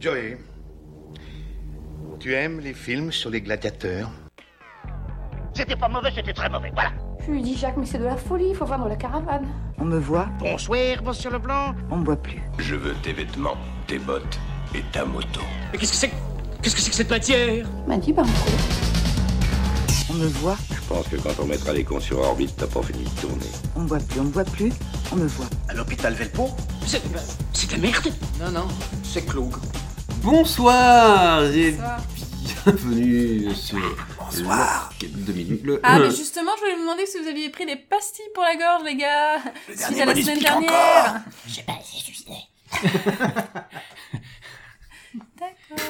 Joey, tu aimes les films sur les gladiateurs C'était pas mauvais, c'était très mauvais, voilà. Je lui dis, Jacques, mais c'est de la folie, il faut vendre la caravane. On me voit, Bonsoir, monsieur Leblanc. on me voit plus. Je veux tes vêtements, tes bottes et ta moto. Mais qu'est-ce que c'est que- Qu'est-ce que c'est que cette matière Il m'a dit, ben, on On me voit, Je pense que quand on mettra les cons sur orbite, t'as pas fini de tourner. on me voit plus, on me voit plus, on me voit. À l'hôpital Velpo C'est c'est de la merde Non, non, c'est Cloug. Bonsoir et bienvenue sur Bonsoir. deux minutes. Le... Ah, mais justement, je voulais vous demander si vous aviez pris des pastilles pour la gorge, les gars. Suite à la semaine dernière. J'ai pas assez suicidé. D'accord.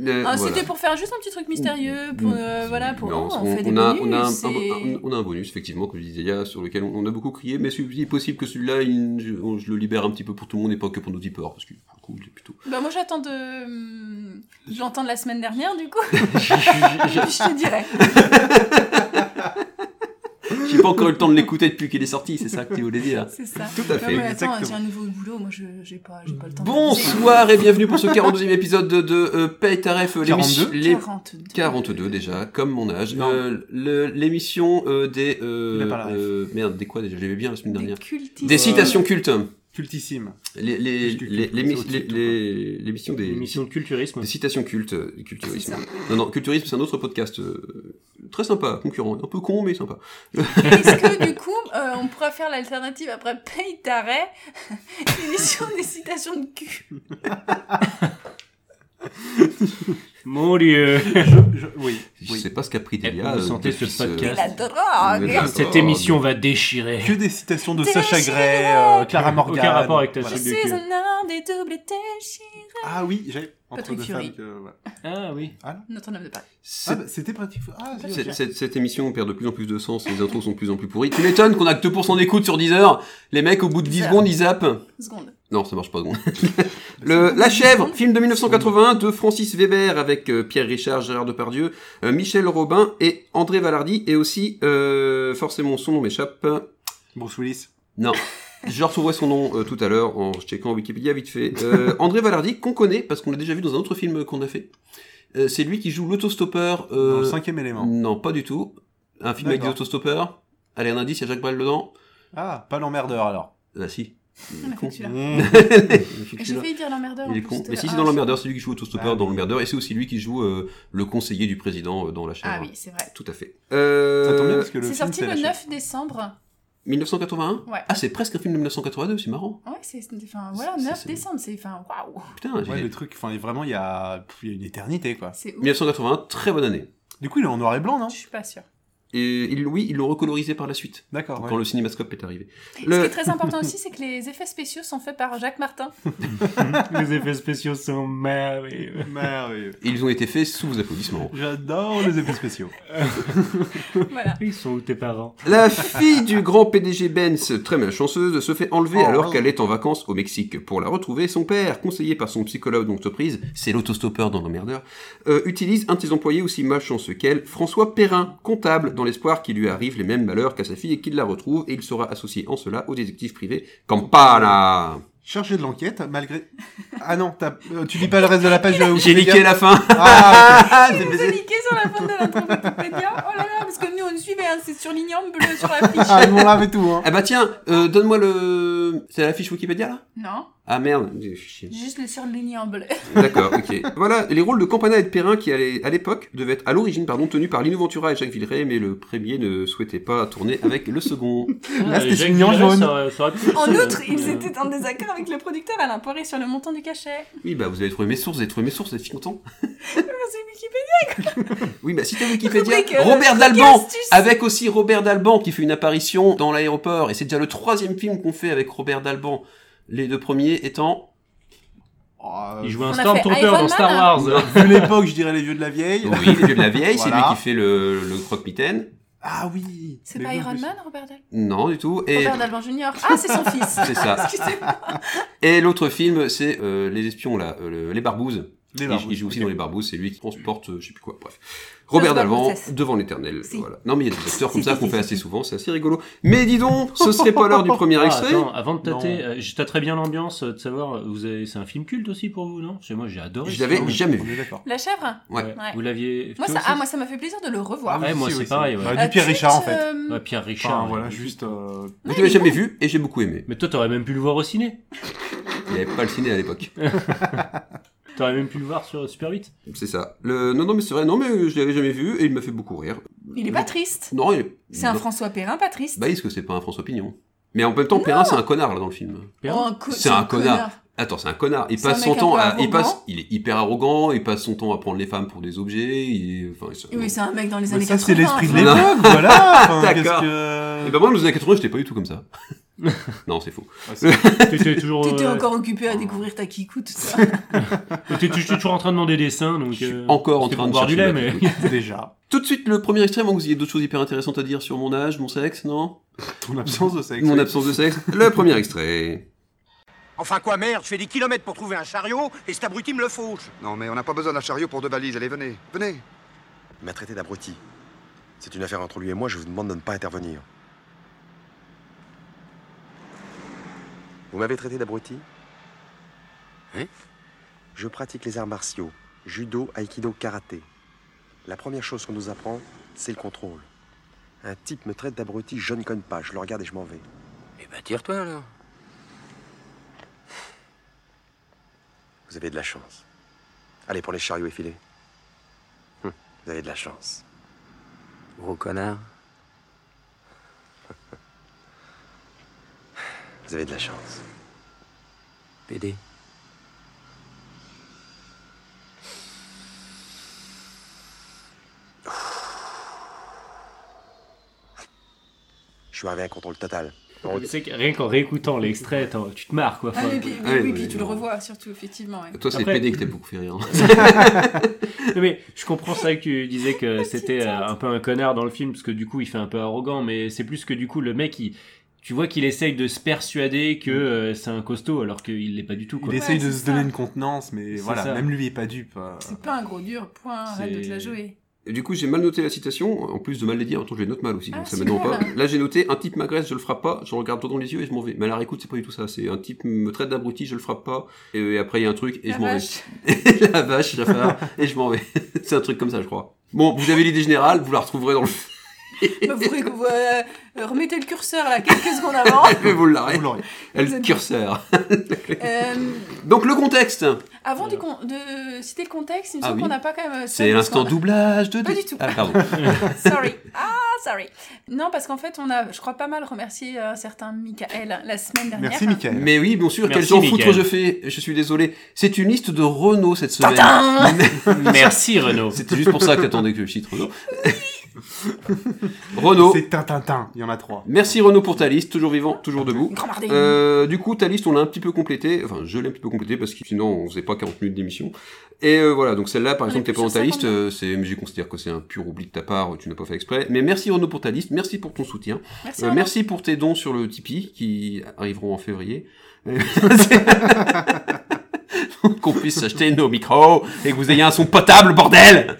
le- voilà. Ah, C'était pour faire juste un petit truc mystérieux, pour, euh, voilà, pour Non, oh, on, on, fait des on a, bonus, on, a un, c'est- un- un- on a un bonus, effectivement, que je disais il y a, sur lequel on, on a beaucoup crié, mais il est possible que celui-là, il- je, on- je le libère un petit peu pour tout le monde et pas que pour nos tipeurs, parce que pour le coup, il est plutôt. Bah, moi, j'attends de... hum, Je l'entends de la semaine dernière, du coup. je te dirai. J'ai pas encore eu le temps de l'écouter depuis qu'il est sorti, c'est ça que tu voulais dire. C'est ça. Tout à Non, fait, mais attends, j'ai exactement. un nouveau boulot, moi, je- j'ai pas, j'ai pas le temps. de Bonsoir et bienvenue pour ce 42e épisode de, de euh, PayTaref, euh, l'émission. 42. réviser. les- 42. 42 déjà, comme mon âge. Non. Euh, le- L'émission euh, des... Il Euh, a pas la ref. euh, merde, des quoi déjà J'avais bien la semaine Des dernière. cultistes. Des citations cultes. Cultissime. Les- les- Cultes, les- cultes, les- c'est les- au-dessus de les- L'émission des... Émission de culturisme. Des citations cultes, euh, et culturisme. C'est Non, non, culturisme, c'est un autre podcast euh, très sympa, concurrent, un peu con, mais sympa. Est-ce que, du coup, euh, on pourra faire l'alternative après Paye Taré, émission des citations de cul Mon Dieu Je- je- oui. Je oui. sais pas ce qu'a pris Delia. euh, Eh, vous sentez ce depuis et podcast la drogue D'accord. Cette émission va déchirer. Que des citations de T'es Sacha chez Gray, moi. euh, Clara Aucun Morgan. rapport avec ta voilà. cible. Je suis un homme des doubles déchirés. Ah oui, j'ai entre Patrick deux Fury. femmes que- ouais. Ah oui. Notre homme de Paris. Ah, C'est- bah, C'était pratique. Ah, si, Cette, ok. cette- cette émission perd de plus en plus de sens, les intros sont de plus en plus pourries. Tu m'étonnes qu'on a que 2% d'écoute sur 10 heures. Les mecs, au bout de 10 Bizarre. secondes, ils zappent. Seconde. Non, ça marche pas. bon. Le, La chèvre, film de 1981 de Francis Weber avec euh, Pierre Richard, Gérard Depardieu, euh, Michel Robin et André Valardi. Et aussi, euh, forcément, son nom m'échappe. Bruce Willis. Non. Je retrouverai son nom euh, tout à l'heure en checkant Wikipédia vite fait. Euh, André Valardi, qu'on connaît parce qu'on l'a déjà vu dans un autre film qu'on a fait. Euh, c'est lui qui joue l'autostoppeur. euh, Dans le cinquième élément. Non, pas du tout. Un film avec des D'accord. autostoppeurs. Allez, un indice, il y a Jacques Brel dedans. Ah, pas l'emmerdeur alors. Ah si. Il est con. celui-là. Mmh. Il est J'ai con. failli dire l'emmerdeur. en Il est plus, con. tout à Mais si, l'heure. c'est dans Ah, l'emmerdeur, c'est lui qui joue autostoppeur Ah, dans oui. l'emmerdeur et c'est aussi lui qui joue euh, le conseiller du président euh, dans la je- chèvre. Ah oui, c'est vrai. Tout à fait. Ça tombe bien Euh, parce que le C'est film, sorti la le chose. 9 décembre. 1981 Ouais. Ah, c'est presque un film de 1982, c'est marrant. Ouais, c'est. Enfin, voilà, C'est- 9 c'est- décembre, c'est. Enfin, waouh Putain, j'ai- Ouais, le truc, enfin, vraiment, il y, a... pff, il y a une éternité, quoi. C'est ouf. 1981, très bonne année. Du coup, il est en noir et blanc, non Je suis pas sûre. Et ils- oui, ils l'ont recolorisé par la suite, D'accord, ouais. quand le cinémascope est arrivé. Ce Le- qui est très important aussi, c'est que les effets spéciaux sont faits par Jacques Martin. Les effets spéciaux sont merveilleux. Merveilleux. Ils ont été faits sous vos applaudissements. J'adore les effets spéciaux. Voilà. Ils sont où tes parents La fille du grand PDG Benz, très malchanceuse, se fait enlever Oh. alors qu'elle est en vacances au Mexique. Pour la retrouver, son père, conseillé par son psychologue d'entreprise, c'est l'autostoppeur dans l'emmerdeur, euh, utilise un de ses employés aussi malchanceux qu'elle, François Perrin, comptable, dans l'espoir qu'il lui arrive les mêmes malheurs qu'à sa fille et qu'il la retrouve, et il sera associé en cela au détective privé Campana. Chargé de l'enquête, malgré. Ah non, t'as- euh, tu lis pas le reste de la page euh, de J'ai niqué la fin Ah, Ah, c'est Vous baisé. avez niqué sur la fin de l'intro Wikipédia Oh là là, parce que nous on nous suivait, hein, c'est surligné en bleu sur la ok. fiche. Ah, ils m'ont lavé tout, hein. Ah bah tiens, euh, donne-moi le... C'est la fiche Wikipédia là Non, Ah merde, j'ai chié. juste le surligné en bleu. D'accord, ok. Voilà, les rôles de Campana et de Perrin qui à l'é- à l'époque devaient être à l'origine pardon, tenus par Lino Ventura et Jacques Villeray, mais le premier ne souhaitait pas tourner avec le second. Là, c'était Euh, Jacques Chignon Villeray, jaune. ça aurait- ça aurait pu être En ça, outre, là. ils Euh, étaient en désaccord avec le producteur Alain Poiré sur le montant du cachet. Oui, bah vous avez trouvé mes sources, vous avez trouvé mes sources, vous êtes content C'est Wikipédia. Oui, bah citez Wikipédia. Rubrique, euh, Robert rubrique Dalban astuce. Avec aussi Robert Dalban qui fait une apparition dans l'aéroport, et c'est déjà le troisième film qu'on fait avec Robert Dalban. Les deux premiers étant... Oh, Il jouait un On a fait Stormtrooper Iron dans Star Man. Wars. De l'époque, je dirais les vieux de la vieille. Oui, les vieux de la vieille, c'est lui Voilà. qui fait le, le croque-mitaine. Ah oui. C'est Les pas vieux, Iron je- Man, Robert Dalban Non, du tout. Et... Robert Dalban Junior. Ah, c'est son fils. C'est ça. Excusez-moi. Et l'autre film, c'est euh, Les Espions, là, euh, le- Les Barbouzes. Les Il- Barbouzes, il joue aussi ok. dans les Barbouzes, c'est lui qui transporte, euh, je sais plus quoi, bref. Robert Dalvan, Barbouzes. devant l'éternel. Si. Voilà. Non, mais il y a des acteurs comme Si, ça si, qu'on si, fait si, assez si. souvent, c'est assez rigolo. Mais dis donc, ce serait pas l'heure du premier Ah, extrait attends, avant de tâter, Non. euh, je tâterais bien l'ambiance euh, de savoir, euh, vous avez, c'est un film culte aussi pour vous, non Chez moi, j'ai adoré. Je ce l'avais film. jamais On vu. est d'accord. La chèvre Ouais. Ouais. Vous l'aviez. moi toi ça, aussi ah, moi, ça m'a fait plaisir de le revoir. Ah, ouais, moi, si, c'est oui, pareil, ouais. Bah, Euh, du Pierre Cult, Richard, en fait. euh, Ouais, Pierre Richard. Enfin, ouais. voilà, juste. euh, Moi, je l'avais jamais vu et j'ai beaucoup aimé. Mais toi, t'aurais même pu le voir au ciné. Il n'y avait pas le ciné à l'époque. T'aurais même pu le voir sur Super 8. C'est ça. Le... Non, non, mais c'est vrai, non, mais je l'avais jamais vu et il m'a fait beaucoup rire. Il est pas triste. Non, il est- C'est un non. François Perrin pas triste. Bah, est-ce que c'est pas un François Pignon Mais en même temps, Perrin, c'est un connard là dans le film. Oh, un co- C'est un connard. Attends, c'est un connard. Il C'est passe un son mec un temps peu à. Il, arrogant. passe... il est hyper arrogant, il passe son temps à prendre les femmes pour des objets. Il... est- Enfin, il se- Oui, c'est un mec dans les mais années ça, 80. c'est l'esprit de enfin. Non. l'époque, voilà. Enfin, qu'est-ce D'accord. que- Et ben moi, dans les années 80, j'étais pas du tout comme ça. non, c'est faux. Ah, c'est- T'étais toujours. T'étais euh, encore occupé à découvrir ta kikou, tout ça. t'étais- J'étais toujours en train de demander des dessins, donc. Je suis euh, encore en c'était train pour de boire du chercher lait, ma mais. technique. Déjà. Tout de suite, le premier extrême, vous ayez d'autres choses hyper intéressantes à dire sur mon âge, mon sexe, non Ton absence de sexe. Mon oui. absence de sexe. Le premier extrait. Enfin quoi, merde, je fais des kilomètres pour trouver un chariot et cet abruti me le fauche. Non, mais on n'a pas besoin d'un chariot pour deux valises. Allez, venez. Venez. Il m'a traité d'abruti. C'est une affaire entre lui et moi, je vous demande de ne pas intervenir. Vous m'avez traité d'abruti Hein Je pratique les arts martiaux, judo, aikido, karaté. La première chose qu'on nous apprend, c'est le contrôle. Un type me traite d'abruti, je ne cogne pas, je le regarde et je m'en vais. Eh ben, tire-toi alors. Vous avez de la chance. Allez, pour les chariots effilés. Hum, Vous avez de la chance. Gros connard. Vous avez de la chance. PD. Je suis arrivé à un contrôle total. C'est que rien qu'en réécoutant l'extrait, attends, tu te marres, quoi. Ah, Enfin, mais puis, Ouais, oui, ouais, puis tu ouais. le revois surtout, effectivement. ouais. Toi, c'est Après- les PD que t'as beaucoup fait rire. Non, mais je comprends ça que tu disais que c'était euh, un peu un connard dans le film parce que du coup il fait un peu arrogant mais c'est plus que du coup le mec il tu vois qu'il essaye de se persuader que euh, c'est un costaud alors qu'il l'est pas du tout Il quoi. est- essaye Ouais, de c'est se ça. donner une contenance, mais C'est voilà, ça. même lui est pas dupe. euh. C'est pas un gros dur, point, arrête de te la C'est- jouer. Et Du coup, j'ai mal noté la citation, en plus de mal les dire, attends, je les note mal aussi, Ah, donc ça c'est m'aide non cool, pas. hein. Là, j'ai noté un type m'agresse, je le frappe pas, je le regarde droit dans les yeux et je m'en vais. Mais à la réécoute, c'est pas du tout ça, c'est un type me traite d'abruti, je le frappe pas, et, euh, et après, il y a un truc et La je m'en vais. vache. Et la vache, la femme, et je m'en vais. c'est un truc comme ça, je crois. Bon, vous avez l'idée générale, vous la retrouverez dans le film, Bah, vous voulez que vous, euh, euh, remettez le curseur là quelques secondes avant. mais vous l'aurez. Vous l'aurez. Vous Elle êtes- curseur. Euh, Donc, le contexte, avant du con- de citer le contexte, il me Ah semble oui. qu'on n'a pas quand même. euh, ça, c'est parce l'instant qu'on a- doublage de Pas du tout. Ah, pardon. Sorry. Ah, sorry. Non, parce qu'en fait, on a, je crois, pas mal remercié euh, un certain Michael la semaine dernière. Merci, Michael. Mais oui, bien sûr, quel Merci, j'en foutre Mickaël. je fais, je suis désolé. C'est une liste de Renault cette semaine. Merci Renaud. C'était juste pour ça que t'attendais que je cite Renault. Renault. C'est Tintintin, il y en a trois. Merci Renaud pour ta liste, toujours vivant, toujours debout. Grand Mardin. Euh, du coup, ta liste, on l'a un petit peu complétée. Enfin, je l'ai un petit peu complétée parce que sinon, on faisait pas 40 minutes d'émission. Et euh, voilà, donc celle-là, par On exemple, est t'es pas plus dans sur ta liste. 50. euh, c'est, mais je considère que c'est un pur oubli de ta part. Tu n'as pas fait exprès. Mais merci Renaud pour ta liste. Merci pour ton soutien. Merci. Euh, Renaud. merci pour tes dons sur le Tipeee qui arriveront en février. Euh, Qu'on puisse acheter nos micros et que vous ayez un son potable, bordel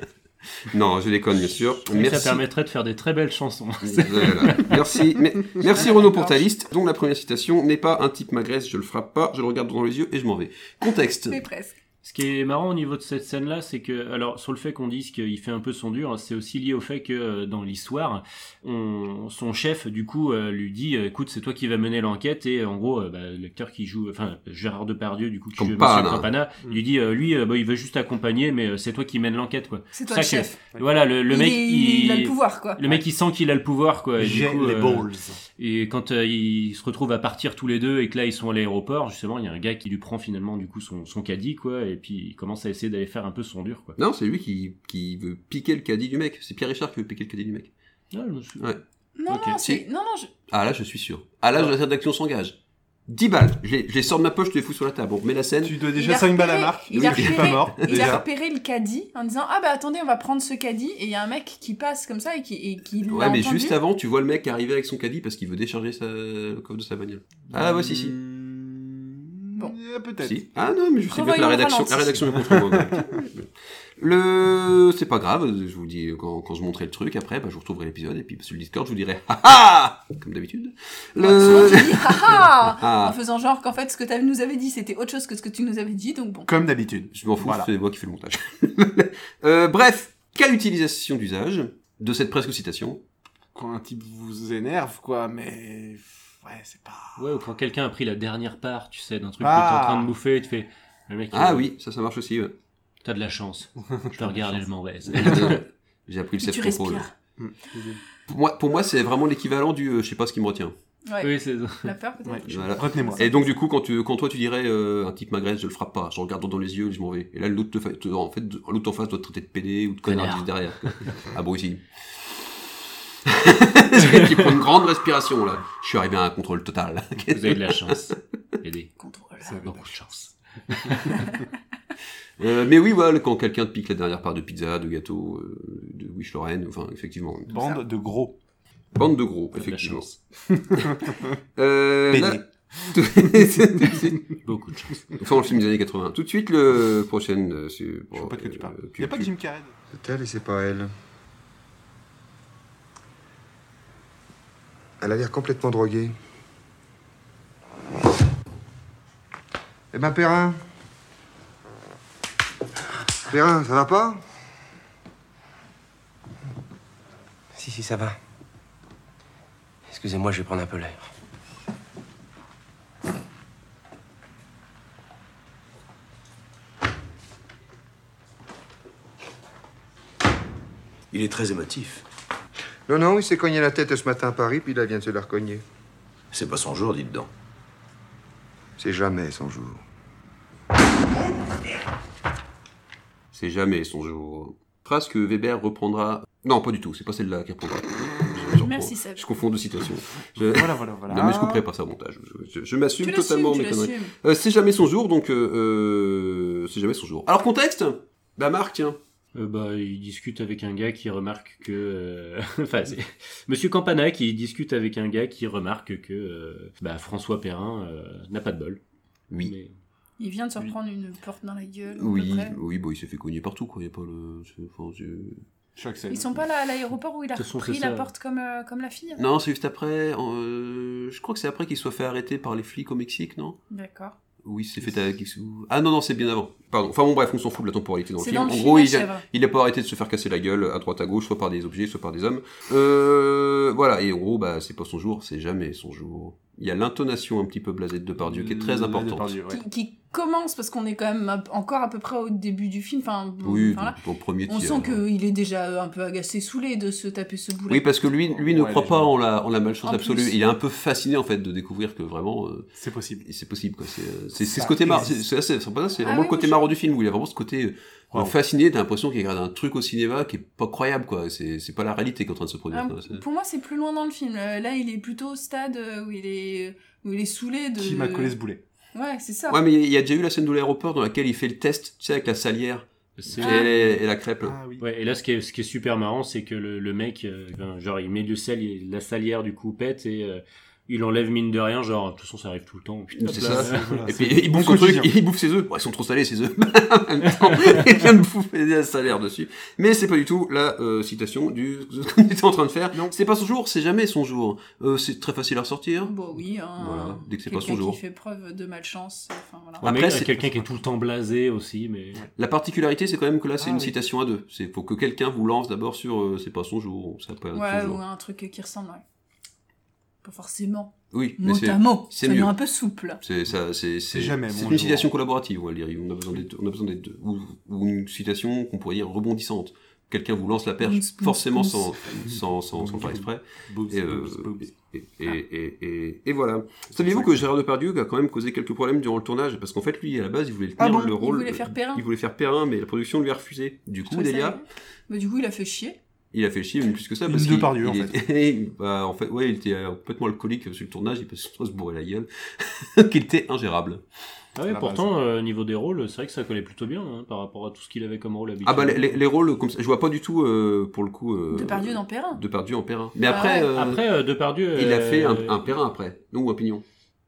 Non, je déconne, bien sûr. Et Ça Merci. permettrait de faire des très belles chansons. Voilà. Merci, mais- merci Ah, Renaud pour ta d'accord. liste, dont la première citation n'est pas un type m'agresse, je le frappe pas, je le regarde dans les yeux et je m'en vais. Contexte. Mais presque. Ce qui est marrant au niveau de cette scène-là, c'est que, alors, sur le fait qu'on dise qu'il fait un peu son dur, c'est aussi lié au fait que euh, dans l'histoire, on- son chef, du coup, euh, lui dit, euh, écoute, c'est toi qui vas mener l'enquête, et euh, en gros, euh, bah, l'acteur qui joue, enfin, Gérard Depardieu, du coup, qui joue Campana. Monsieur Campana, Mm. lui dit, euh, lui, euh, bah, il veut juste accompagner, mais euh, c'est toi qui mène l'enquête, quoi. C'est toi Ça le que- chef. Et Voilà, le, le mec, il, est- il, a le il- pouvoir, quoi. le mec, il sent qu'il a le pouvoir, quoi. et du J'ai coup, les euh, balls. et quand euh, ils se retrouvent à partir tous les deux et que là ils sont à l'aéroport, justement, il y a un gars qui lui prend finalement du coup son, son caddie, quoi, et puis il commence à essayer d'aller faire un peu son dur, quoi. Non, c'est lui qui, qui veut piquer le caddie du mec. C'est Pierre Richard qui veut piquer le caddie du mec. Ah, je me suis- Ouais. Non, Ok. non, Si. c'est. Non, non, je... Ah là, je suis sûr. Ah là, la scène d'action s'engage. 10 balles, je les, je les sors de ma poche, je les fous sur la table. On remet la scène. Tu dois il déjà a 5 balles à repéré- Marc. Il a Oui, repéré, pas mort. il a déjà. repéré le caddie en disant Ah bah attendez, on va prendre ce caddie. Et il y a un mec qui passe comme ça et qui, et qui l'a Ouais, mais entendu. juste avant, tu vois le mec arriver Euh, Ah, avec son caddie parce qu'il veut décharger sa... le coffre de sa bagnole. Ah, ouais, si, si. Bon. bah, Hmm, eh, Peut-être. bah, Si. Ah non, mais je sais bien que Revoyons la au rédaction, ralenti. la rédaction est contre moi. euh, Le, c'est pas grave. Je vous dis quand, quand je montrerai le truc après, bah, je vous retrouverai l'épisode et puis sur le Discord, je vous dirai ah ah comme d'habitude. Souvent, Le, tu dis, ah, ah, Ah. en faisant genre qu'en fait ce que tu nous avais dit c'était autre chose que ce que tu nous avais dit, donc bon. Comme d'habitude. je m'en fous, Voilà. c'est moi qui fais le montage. Euh, bref, quelle utilisation d'usage de cette presque citation Quand un type vous énerve, quoi, mais. Ouais, c'est pas. Ouais, ou quand quelqu'un a pris la dernière part, tu sais, d'un truc que Ah. t'es en train de bouffer et tu fais. Le mec, Ah euh, oui, ça, ça marche aussi. ouais. T'as de la chance. Je te regarde, elle est mauvaise. J'ai appris le Et tu self-control. respires. Pour moi, pour moi, c'est vraiment l'équivalent du euh, je sais pas ce qui me retient. Ouais. Oui, c'est ça. La peur peut-être. Ouais, je- Voilà. Retenez-moi. Et donc du coup, quand, tu, quand toi tu dirais euh, un type m'agresse, je le frappe pas, je le regarde dans les yeux et je m'en vais. Et là l'autre te fa- te- en fait l'autre en face doit te traiter de PD ou de connard Connard. juste derrière. quoi. Ah, Abruti. tu prends une grande respiration là. Je suis arrivé à un contrôle total. Vous avez de la chance. Aidez. Contrôle. Beaucoup de chance. Euh, mais oui, voilà, quand quelqu'un te pique la dernière part de pizza, de gâteau, euh, de Wish Lorraine, enfin effectivement. Bande de gros. Bande de gros, T'as de la effectivement. chance. Euh, Béné. là- Tout- Beaucoup de chance. Enfin, le film des années 80. Tout de suite, le prochaine. euh, c'est- Je sais pas de quoi tu parles. euh, Y a pas que Jim Carrey. C'est elle et c'est pas elle. Elle a l'air complètement droguée. Eh ben, Perrin. Perrin, ça va pas Si, si, ça va. Excusez-moi, je vais prendre un peu l'air. Il est très émotif. Non, non, il s'est cogné la tête ce matin à Paris, puis là, il vient de se la recogner. C'est pas son jour, dites donc. C'est jamais son jour. C'est jamais son jour. Phrase que Weber reprendra. Non, pas du tout, c'est pas celle-là qu'il reprendra. Je- je- Merci, je- Seb. Je confonds deux citations. Je- Voilà, voilà, voilà. Non, mais je couperai pas ça au montage. Je, je- je m'assume Tu totalement l'assumes, tu mes conneries. l'assumes. Euh, c'est jamais son jour, donc. euh, euh, c'est jamais son jour. Alors, contexte Bah, Marc, tiens. Euh, bah, il discute avec un gars qui remarque que. euh, Enfin, c'est Monsieur Campana qui discute avec un gars qui remarque que euh, bah, François Perrin euh, n'a pas de bol. Oui. Mais- Il vient de se reprendre une porte dans la gueule. à peu Oui, près. oui, bon, il s'est fait cogner partout, quoi. Il y a pas le. c'est- enfin, c'est- Je crois que c'est. Ils sont pas là à l'aéroport où il a De toute façon, repris c'est ça. la porte comme, euh, comme la fille Non, c'est juste après. euh, je crois que c'est après qu'il soit fait arrêter par les flics au Mexique, non D'accord. Oui, c'est fait avec. Ah non, non, c'est bien avant. Pardon. Enfin, bon, bref, on s'en fout de la temporalité dans le C'est film. dans le en film, gros, la il, a- chèvre. Il n'a pas arrêté de se faire casser la gueule à droite à gauche, soit par des objets, soit par des hommes. Euh, voilà, et en gros, bah, c'est pas son jour, c'est jamais son jour. Il y a l'intonation un petit peu blasée de Depardieu qui est très La importante. Depardieu, Mmh, ouais. Qui, qui commence parce qu'on est quand même à- encore à peu près au début du film. Enfin, bon, Oui, enfin, là, au premier on tir. sent qu'il est déjà euh, un peu agacé, saoulé de se taper ce boulet. Oui, parce que lui, lui ne Ouais, croit les pas gens. en la, en la malchance En absolue. plus. Il est un peu fasciné en fait de découvrir que vraiment euh, C'est possible. c'est possible. quoi. C'est euh, c'est- c'est Ça ce côté marrant. C'est existe. c'est assez- c'est pas ça, c'est Ah vraiment oui, le côté je- marrant du film où il y a vraiment ce côté euh, Wow. fasciné. T'as l'impression qu'il regarde un truc au cinéma qui est pas croyable. quoi. C'est c'est pas la réalité qui est en train de se produire. Ah, quoi. C'est- pour moi, c'est plus loin dans le film. Euh, Là, il est plutôt au stade euh, où il est, où il est saoulé de. Qui m'a collé ce boulet Ouais, c'est ça. Ouais, mais il y a déjà eu la scène de l'aéroport dans laquelle il fait le test, tu sais, avec la salière C'est- et, Ah. et la crêpe. là. Ah oui. Ouais, et là, ce qui est, ce qui est super marrant, c'est que le, le mec, euh, ben, genre, il met du sel, il- la salière du coup pète et euh, il enlève mine de rien, genre, de toute façon, ça arrive tout le temps. Hop C'est là. ça. Euh, Voilà, Et c'est puis il bon bouffe son truc, quotidien. il bouffe ses œufs. Bon, ils sont trop salés ses œufs. en même temps, il vient de bouffer la salière dessus. Mais c'est pas du tout la euh, citation du de ce qu'on était en train de faire. C'est pas son jour, c'est jamais son jour. Euh, c'est très facile à ressortir. Bon, oui, hein, Voilà, dès que c'est pas son quelqu'un jour. qui fait preuve de malchance. Enfin, voilà. Ouais, mais Après, il y a c'est- quelqu'un qui est tout le temps blasé aussi, mais. La particularité, c'est quand même que là, c'est Ah, une oui. citation à deux. C'est faut que quelqu'un vous lance d'abord sur euh, c'est pas son jour, ça peut être Ouais, euh, son ou jour. un truc qui ressemble. ouais. Pas forcément. Oui, mais Mot c'est à mot. c'est C'est mieux. mieux. un peu souple. C'est ça, c'est c'est- jamais c'est mon une jour. citation collaborative, on va dire. On a besoin d'être, on a besoin d'être deux. ou, ou une citation qu'on pourrait dire rebondissante. Quelqu'un vous lance la perche, Bounce, bounce, forcément bounce. sans, sans, sans, sans faire exprès. Boobs, Et, euh, boobs, boobs. Et, et, et, et- et voilà. Saviez-vous que Gérard Depardieu a quand même causé quelques problèmes durant le tournage Parce qu'en fait, lui, à la base, il voulait tenir Ah bon le rôle. euh, voulait faire Perrin. Il voulait faire Perrin, mais la production lui a refusé. Du coup, trouvais ça Delia, rigolo. Mais du coup, il a fait chier. il a fait le chier, mais plus que ça. Une Parce qu'il- Depardieu, en il est- bah, en fait, ouais, il était euh, complètement alcoolique sur le tournage, il passait son temps à se bourrer la gueule, qu'il était ingérable. Ah ouais, la pourtant, euh, au niveau des rôles, c'est vrai que ça collait plutôt bien hein, par rapport à tout ce qu'il avait comme rôle habituel. Ah bah les, les- les rôles comme ça, je vois pas du tout euh, pour le coup. Euh, Depardieu dans Perrin. Depardieu en Perrin. Mais Ah après, ouais. euh, Après, euh, Depardieu. il a euh, fait un, un Perrin après, non ou un pignon.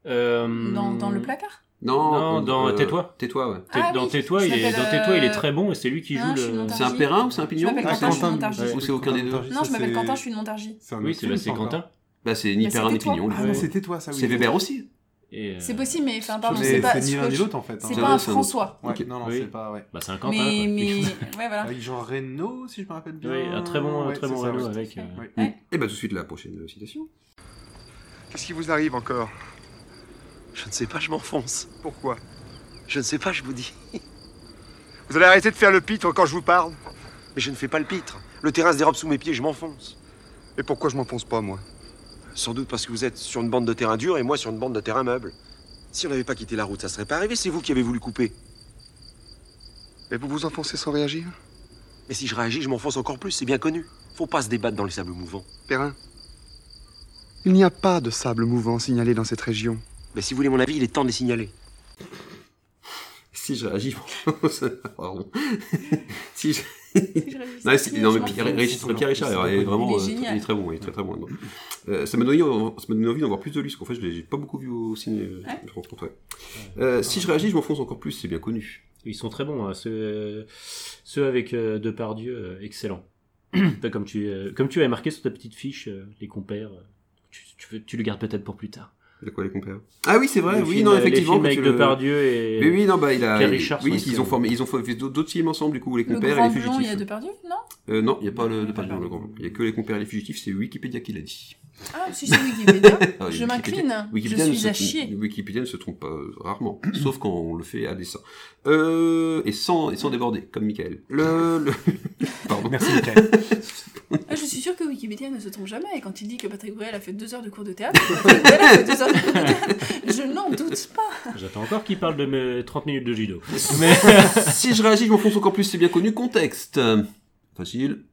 euh, Dans, dans le placard Non, Non, on- dans euh, Tais-toi. Tais-toi, ouais. Tais- Ah dans oui, Tais-toi, il je est, m'appelle, dans Tais-toi, il est euh, très bon et c'est lui qui non, joue je suis le. une C'est un périn ou c'est un pignon Je m'appelle Ah, Quentin, je suis Quentin. Montargis. Ouais. Ou c'est aucun des deux Non, je Ça, m'appelle c'est- Quentin, je suis de Montargis. C'est un Oui, autre c'est bah, film, c'est ça, encore. Quentin. Bah, c'est ni Bah, périn c'est ni Tais-toi. pignon. lui. Ah non, c'était toi, ça oui. C'est Weber aussi Et, euh, C'est possible, mais enfin, pardon, Mais c'est pas. ni l'un ni je- l'autre en fait. hein. C'est Non, pas non, un c'est un- François. Ouais, Ok. non, non, Oui. c'est pas, ouais. Bah, c'est un Mais, Quentin. quoi. mais. Ouais, voilà. Avec Jean Reno, si je me rappelle bien. Oui, un très bon- un très c'est bon ça, Reno ouais. avec, euh, Ouais. Ouais. Et bah, tout de suite, la prochaine citation. Qu'est-ce qui vous arrive encore Je ne sais pas, je m'enfonce. Pourquoi Je ne sais pas, je vous dis. Vous allez arrêter de faire le pitre quand je vous parle Mais je ne fais pas le pitre. Le terrain se dérobe sous mes pieds, je m'enfonce. Et pourquoi je m'enfonce pas, moi Sans doute parce que vous êtes sur une bande de terrain dur et moi sur une bande de terrain meuble. Si on n'avait pas quitté la route, ça serait pas arrivé, c'est vous qui avez voulu couper. Et vous vous enfoncez sans réagir Mais si je réagis, je m'enfonce encore plus, c'est bien connu. Faut pas se débattre dans les sables mouvants. Perrin Il n'y a pas de sable mouvant signalé dans cette région. Mais si vous voulez mon avis, il est temps de les signaler. Si je réagis, pardon. si je... Je réfléchis. Non, c'est- non, mais Je Pierre, m'en fous. Régis- Pierre Richard il est vraiment Il est euh, très- génial. il est très bon, il est très très bon. non. Euh, ça m'a donné, ça m'a donné envie d'en voir plus de lui, parce qu'en fait, je l'ai j'ai pas beaucoup vu au ciné. euh, Ouais. Je rencontre, ouais. Euh, si je réagis, je m'enfonce encore plus, c'est bien connu. Ils sont très bons, hein, ceux, euh, ceux avec euh, Depardieu, euh, excellent. Enfin, comme, tu, euh, comme tu as marqué sur ta petite fiche, euh, les compères, euh, tu, tu, veux- tu le gardes peut-être pour plus tard. De quoi les compères Ah oui, c'est vrai, Les oui, films- euh, non, effectivement. Les quand films tu avec le- Depardieu et. Mais oui, non, bah, il a. Pierre il- Richard sont oui, ils excellents. ont, formé, ils ont fait d'autres d'autres films ensemble, du coup, Les Le compères et grand les blanc, il y a fugitifs. deux perdus Non Euh, non, il n'y a pas le de Pardon. le grand blanc. Il y a que Les compères et les fugitifs, c'est Wikipédia qui l'a dit. Ah, si, c'est Wikipédia. Ah, Je Wikipédia- m'incline. Je Wikipédia ne suis se à trompe- chier. Wikipédia ne se trompe pas euh, rarement, sauf quand on le fait à dessein. Euh, et, sans, et sans déborder, comme Michael. Le, le- Pardon. Merci, Bah, Michael. Ah, Je suis sûre que Wikipédia ne se trompe jamais. Et quand il dit que Patrick Bruel a fait deux heures de cours de théâtre, Patrick Bruel a fait deux heures de cours de théâtre. Je n'en doute pas. J'attends encore qu'il parle de mes 30 minutes de judo. si je réagis, je m'enfonce encore plus, c'est bien connu. Contexte. Facile.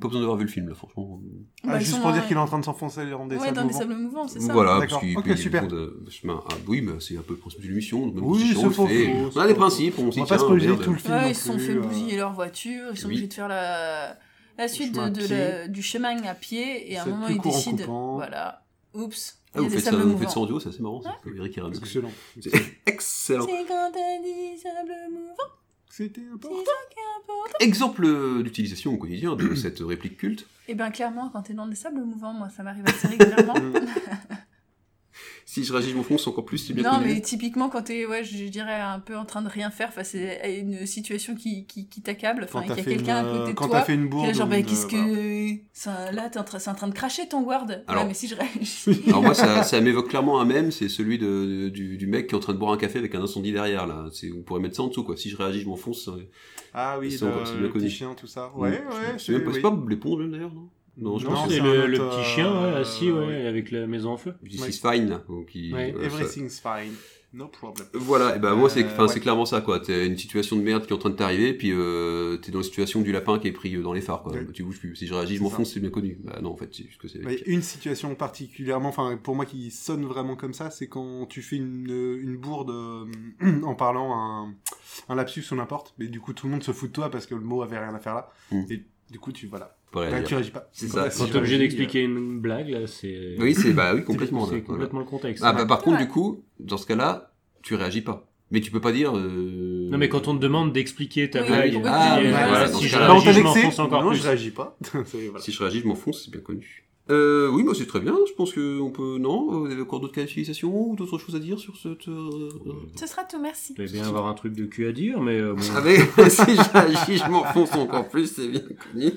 Pas besoin d'avoir vu le film, là, franchement. Ah, Bah, ils juste sont pour dans dire un- qu'il est en train de s'enfoncer dans des Ouais, sables dans des mouvants. sables mouvants, c'est ça. Voilà, parce D'accord. qu'il Ok, paye super. le fond de chemin. Ah oui, mais c'est un peu le principe de l'émission. donc même Oui, si on c'est le pas fait, faux, On c'est a des pas principes, on On s'y va pas tient. spoiler merde. tout le film. Ouais, non ils se sont plus, fait euh, bousiller leur voiture, ils sont oui. obligés de faire la, la suite de, chemin à de pied. la- du chemin à pied, et à un C'est moment plus ils court en décident. coupant. Voilà. Oups, Ah, il y a vous des faites ça, sables vous faites ça en mouvants. duo, c'est assez marrant. ça. Eric et Ramsey. Excellent. C'est excellent. C'est quand t'as dit sables mouvants, C'était important. c'est ça qui est important. Exemple euh, d'utilisation au quotidien de cette réplique culte. Et bien Eh ben, clairement, quand t'es dans des sables mouvants, moi ça m'arrive assez régulièrement. Si je réagis, je m'enfonce encore plus, c'est bien Non, connu. mais typiquement, quand t'es, ouais, je dirais, un peu en train de rien faire face à une situation qui, qui, qui t'accable, enfin, Quand qu'il y t'as a fait, une, quelqu'un à côté euh, de quand toi. t'as fait une puis bourde. là, genre, ou bah, une, qu'est-ce euh, voilà. que. ça- Là, t'es en, train- c'est en train de cracher ton Word. Alors- ouais, mais si je réagis. Alors moi, ça, ça m'évoque clairement un mème, c'est celui de, du, du mec qui est en train de boire un café avec un incendie derrière, là. C'est- On pourrait mettre ça en dessous, quoi. Si je réagis, je hein. m'enfonce. ça- Ah Ils oui, sont le, comme si bien le connus. petit chien, tout ça. Ouais, Je- ouais. C'est même pas, oui. c'est pas les ponts, même, d'ailleurs, non Non, je Non, pense que c'est c'est le, un le autre, petit chien, ouais, euh, assis, ouais, oui. avec la maison en feu. c'est This is fine, là. donc il- Ouais. voilà, ça- Everything's fine. No problem. Voilà, et ben moi c'est Euh, enfin, c'est ouais. clairement ça quoi. T'as une situation de merde qui est en train de t'arriver, puis euh, t'es dans la situation du lapin qui est pris euh, dans les phares quoi. Oui. Bah, tu bouges plus. Si je réagis, je C'est m'enfonce, c'est bien connu. Bah non, en fait, c'est juste que c'est. Ouais, une situation particulièrement, enfin pour moi qui sonne vraiment comme ça, c'est quand tu fais une, euh, une bourde euh, en parlant un, un lapsus ou n'importe, mais du coup tout le monde se fout de toi parce que le mot avait rien à faire là, Mm. et du coup tu voilà, Faut pas Là, réagir. Bah, tu réagis pas. C'est Comme ça. si Quand je t'es obligé réagis, d'expliquer une blague, là, c'est. Oui, c'est bah oui c'est- complètement. là, C'est voilà. complètement le contexte. Ah, bah, par contre, Ouais. du coup, dans ce cas-là, tu réagis pas. Mais tu peux pas dire. euh, Non, mais quand on te demande d'expliquer ta Oui, blague, pourquoi tu ah, dis- oui, voilà, voilà, bah, dans si ce je cas-là, euh, non, t'as réagis, je vexé m'enfonce encore Non, plus. je réagis pas. C'est- voilà. Si je réagis, je m'enfonce, c'est bien connu. Euh, oui, moi c'est très bien. Je pense qu'on peut. Non Vous avez encore d'autres cas d'utilisation ou d'autres choses à dire sur cette. euh, euh, Ce sera tout, merci. Tu Eh bien avoir un truc de cul à dire, mais euh, bon. Ah, mais si je réagis, je m'enfonce encore plus, c'est bien connu.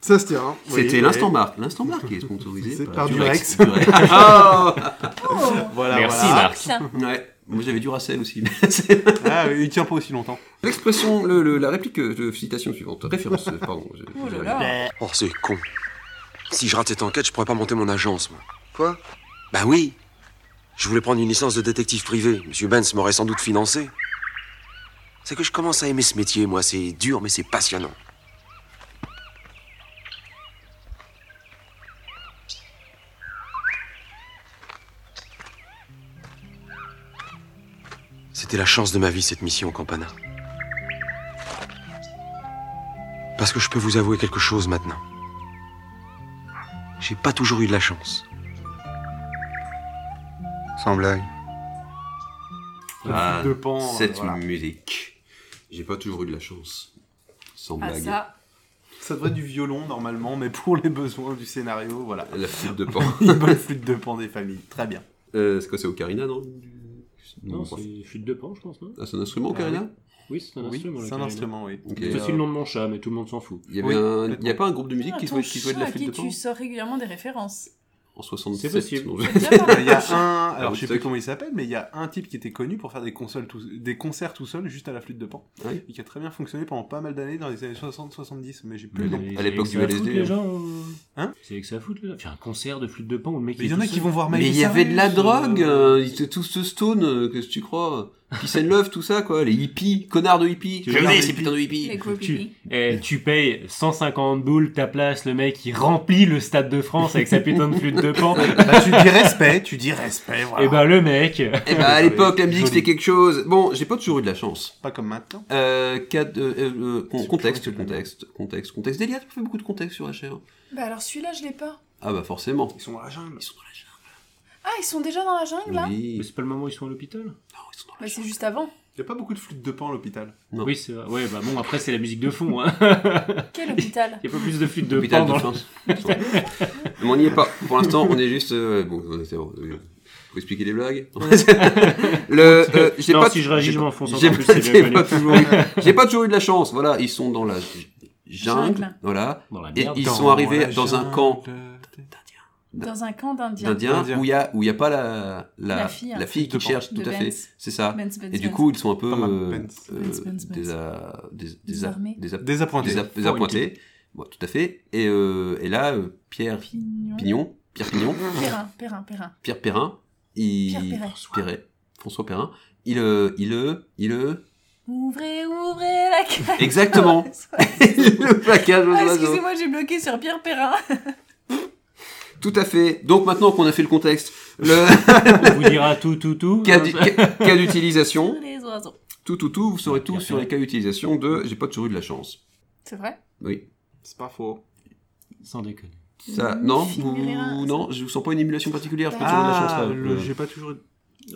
Ça se tient. hein. C'était Oui, l'instant oui. marque. L'instant marque qui est sponsorisé C'est par Durex. Durex. Ah Oh, Voilà. euh, Merci, voilà. Marc. ça. Oh, ouais. Moi j'avais du Racel aussi. mais c'est- Ah, oui, il tient pas aussi longtemps. L'expression, le- le- la réplique, euh, de citation suivante, référence, euh, pardon. je- Oh je- là là. Oh, c'est con. Si je rate cette enquête, je pourrais pas monter mon agence, moi. Quoi Bah oui Je voulais prendre une licence de détective privé. Monsieur Benz m'aurait sans doute financé. C'est que je commence à aimer ce métier, moi. C'est dur, mais c'est passionnant. C'était la chance de ma vie, cette mission, Campana. Parce que je peux vous avouer quelque chose maintenant. J'ai pas toujours eu de la chance. Sans blague. Ah, Deux pans, euh, cette voilà. musique. J'ai pas toujours eu de la chance. Sans Ah, blague. ça. Ça devrait être du violon normalement, mais pour les besoins du scénario, voilà. La flûte de pan. Une bonne flûte de pan des familles, très bien. Euh, c'est quoi, c'est Ocarina, non Non, bref. c'est chute de pan, je pense, non Ah, c'est un instrument, Ocarina Oui, c'est un Oui, instrument. c'est un l'ocarina. instrument, oui. Ok. C'est aussi le nom de mon chat, mais tout le monde s'en fout. Il y avait Oui, un- complètement. il y a pas un groupe de musique qui Ah, Ton jouait, qui jouait de chat la à flûte qui de pan tu sors régulièrement des références. En 67 C'est possible. non, C'est bien, Bah, Il y a hein. un, alors Ah, je sais Woodstock. plus comment il s'appelle, mais il y a un type qui était connu pour faire des, consoles tout- des concerts tout seul, juste à la flûte de pan, Ah oui. et qui a très bien fonctionné pendant pas mal d'années dans les années 60-70, mais j'ai plus Mais le les- nom. c'est à l'époque avec du ça à foutre, LSD, Les hein. gens, euh, Hein c'est avec ça à foutre, les gens. Faire un concert de flûte de pan où le mec Mais il y est en a tout qui seul. vont voir Mais Miley il y avait de la Cyrus, drogue, euh, euh, ils étaient tous ce stone, euh, qu'est-ce que tu crois Peace and love, tout ça, quoi, les hippies, connards de hippies. Tu Je veux dire vais, des ces hippies putains de hippies Les gros Tu, pipis. eh, tu payes 150 boules ta place, le mec il remplit le stade de France avec sa putain de flûte de pan. Bah, tu dis respect, tu dis respect, voilà. Et ben le mec, Eh ben, à l'époque, la musique, Joli. c'était quelque chose. Bon, j'ai pas toujours eu de la chance. Pas comme maintenant. Euh, quatre- euh, euh, euh, con- C'est contexte, plus vrai que contexte, contexte, contexte. Delia, tu fais beaucoup de contexte sur HR. Bah alors celui-là, je l'ai pas. Ah bah forcément. Ils sont dans la jungle. Ils sont dans la jungle. Ah, ils sont déjà dans la jungle là Oui. mais c'est pas le moment où ils sont à l'hôpital Non, ils sont dans la Bah jungle. c'est juste avant. Il y a pas beaucoup de flûtes de pan à l'hôpital. Non. Oui, c'est vrai. Ouais, bah bon, après c'est la musique de fond. Hein. Quel hôpital Il y a pas plus de flûte de Hôpital pan de dans France. Mais on n'y est pas. Pour l'instant, on est juste. euh, bon, on est- euh, faut expliquer les blagues. le, euh, j'ai Non, pas, si je réagis, j'ai je pas- m'enfonce encore j'ai plus, pas- c'est bien j'ai connu. pas toujours eu- J'ai pas toujours eu de la chance. Voilà, ils sont dans la j- jungle. Jungle. Voilà. Dans la Et merde. ils Dans sont arrivés la dans un jungle. camp Dans un camp d'Indiens. d'Indiens Indien. où il y a où il y a pas la la, La fille, hein. qui De cherche. Benz. Tout à fait. C'est ça. Benz, Benz, Et du Benz. coup, ils sont un peu Thomas euh, Benz. euh, Benz, Benz, Benz. des a- des- des a- Désarmés. des a- Désappointé. des a- des appointés. Bon, tout à fait. Et euh, et là, euh, Pierre Pignon. Pignon, Pierre Pignon, Perrin, Perrin, Perrin. Pierre Perrin, il... Pierre Perret. François Perret. François Perrin, il, euh, il, euh, il, euh, Ouvrez, ouvrez la cage. exactement, le plaquage aux Ah, oiseaux. excusez-moi, j'ai bloqué sur Pierre Perrin. Tout à fait. Donc maintenant qu'on a fait le contexte, le On vous dira tout, tout, tout. Euh, cas d'u- cas- cas d'utilisation, Les oiseaux. tout, tout, tout, vous saurez tout Pierre sur les cas d'utilisation de j'ai pas toujours eu de la chance. C'est vrai Oui. C'est pas faux. Sans déconner. Ça, Mmh, non, vous, Figurez un- non, je vous sens pas une émulation particulière, j'ai pas toujours eu de la chance. Ah, là. le- Ouais. j'ai pas toujours.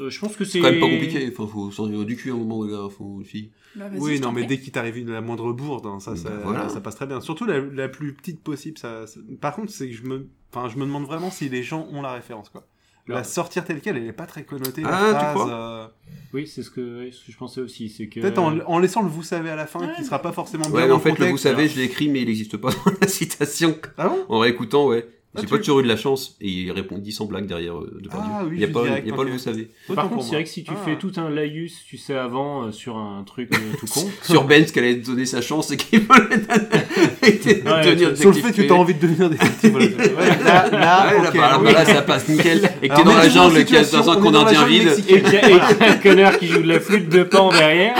Euh, je pense que c'est C'est quand même pas compliqué, enfin, faut sortir du cul à un moment, les gars, faut, les filles. Bah, vas-y, Oui, je non, t'en mais prie. dès qu'il t'arrive une- la moindre bourde, hein, ça, Bah, ça, voilà. ça passe très bien. Surtout la, la plus petite possible. Ça, ça- Par contre, c'est que je me, enfin, je me demande vraiment si les gens ont la référence, quoi. La Alors- sortir telle quelle, elle est pas très connotée. la Ah, tu phrase, crois euh, Oui, c'est ce que, ouais, ce que je pensais aussi. C'est que. Peut-être en, en laissant le vous savez à la fin, Ouais, qui sera pas forcément bien. Ouais, mais dans en fait, le contexte, vous savez, mais- je l'ai écrit, mais il n'existe pas dans la citation. Ah bon En réécoutant, ouais. Ah, J'ai tu- pas toujours eu de la chance. Et il répond, il dit sans blague derrière euh, de Ah oui, il y a je pas, dirais il y a que- pas le ok. vous savez. Autant Par pour contre, c'est moi. vrai que si tu Ah. fais tout un laïus, tu sais, avant, euh, sur un truc euh, tout con. Sur Ben, ce qu'elle allait te donner sa chance et qu'il fallait devenir Sur le fait que détective t'as envie de devenir détective. voilà. Ouais, là, là, Ouais, là, ok, bah, alors, oui. bah, là, ça passe nickel. Et que t'es Alors, dans la mettez-vous en jungle, qu'il y a dans situation, un on est dans la condamné jungle vide. mexicaine. Et qu'il y a et qu'il y a un connard qui joue de la flûte de pan derrière.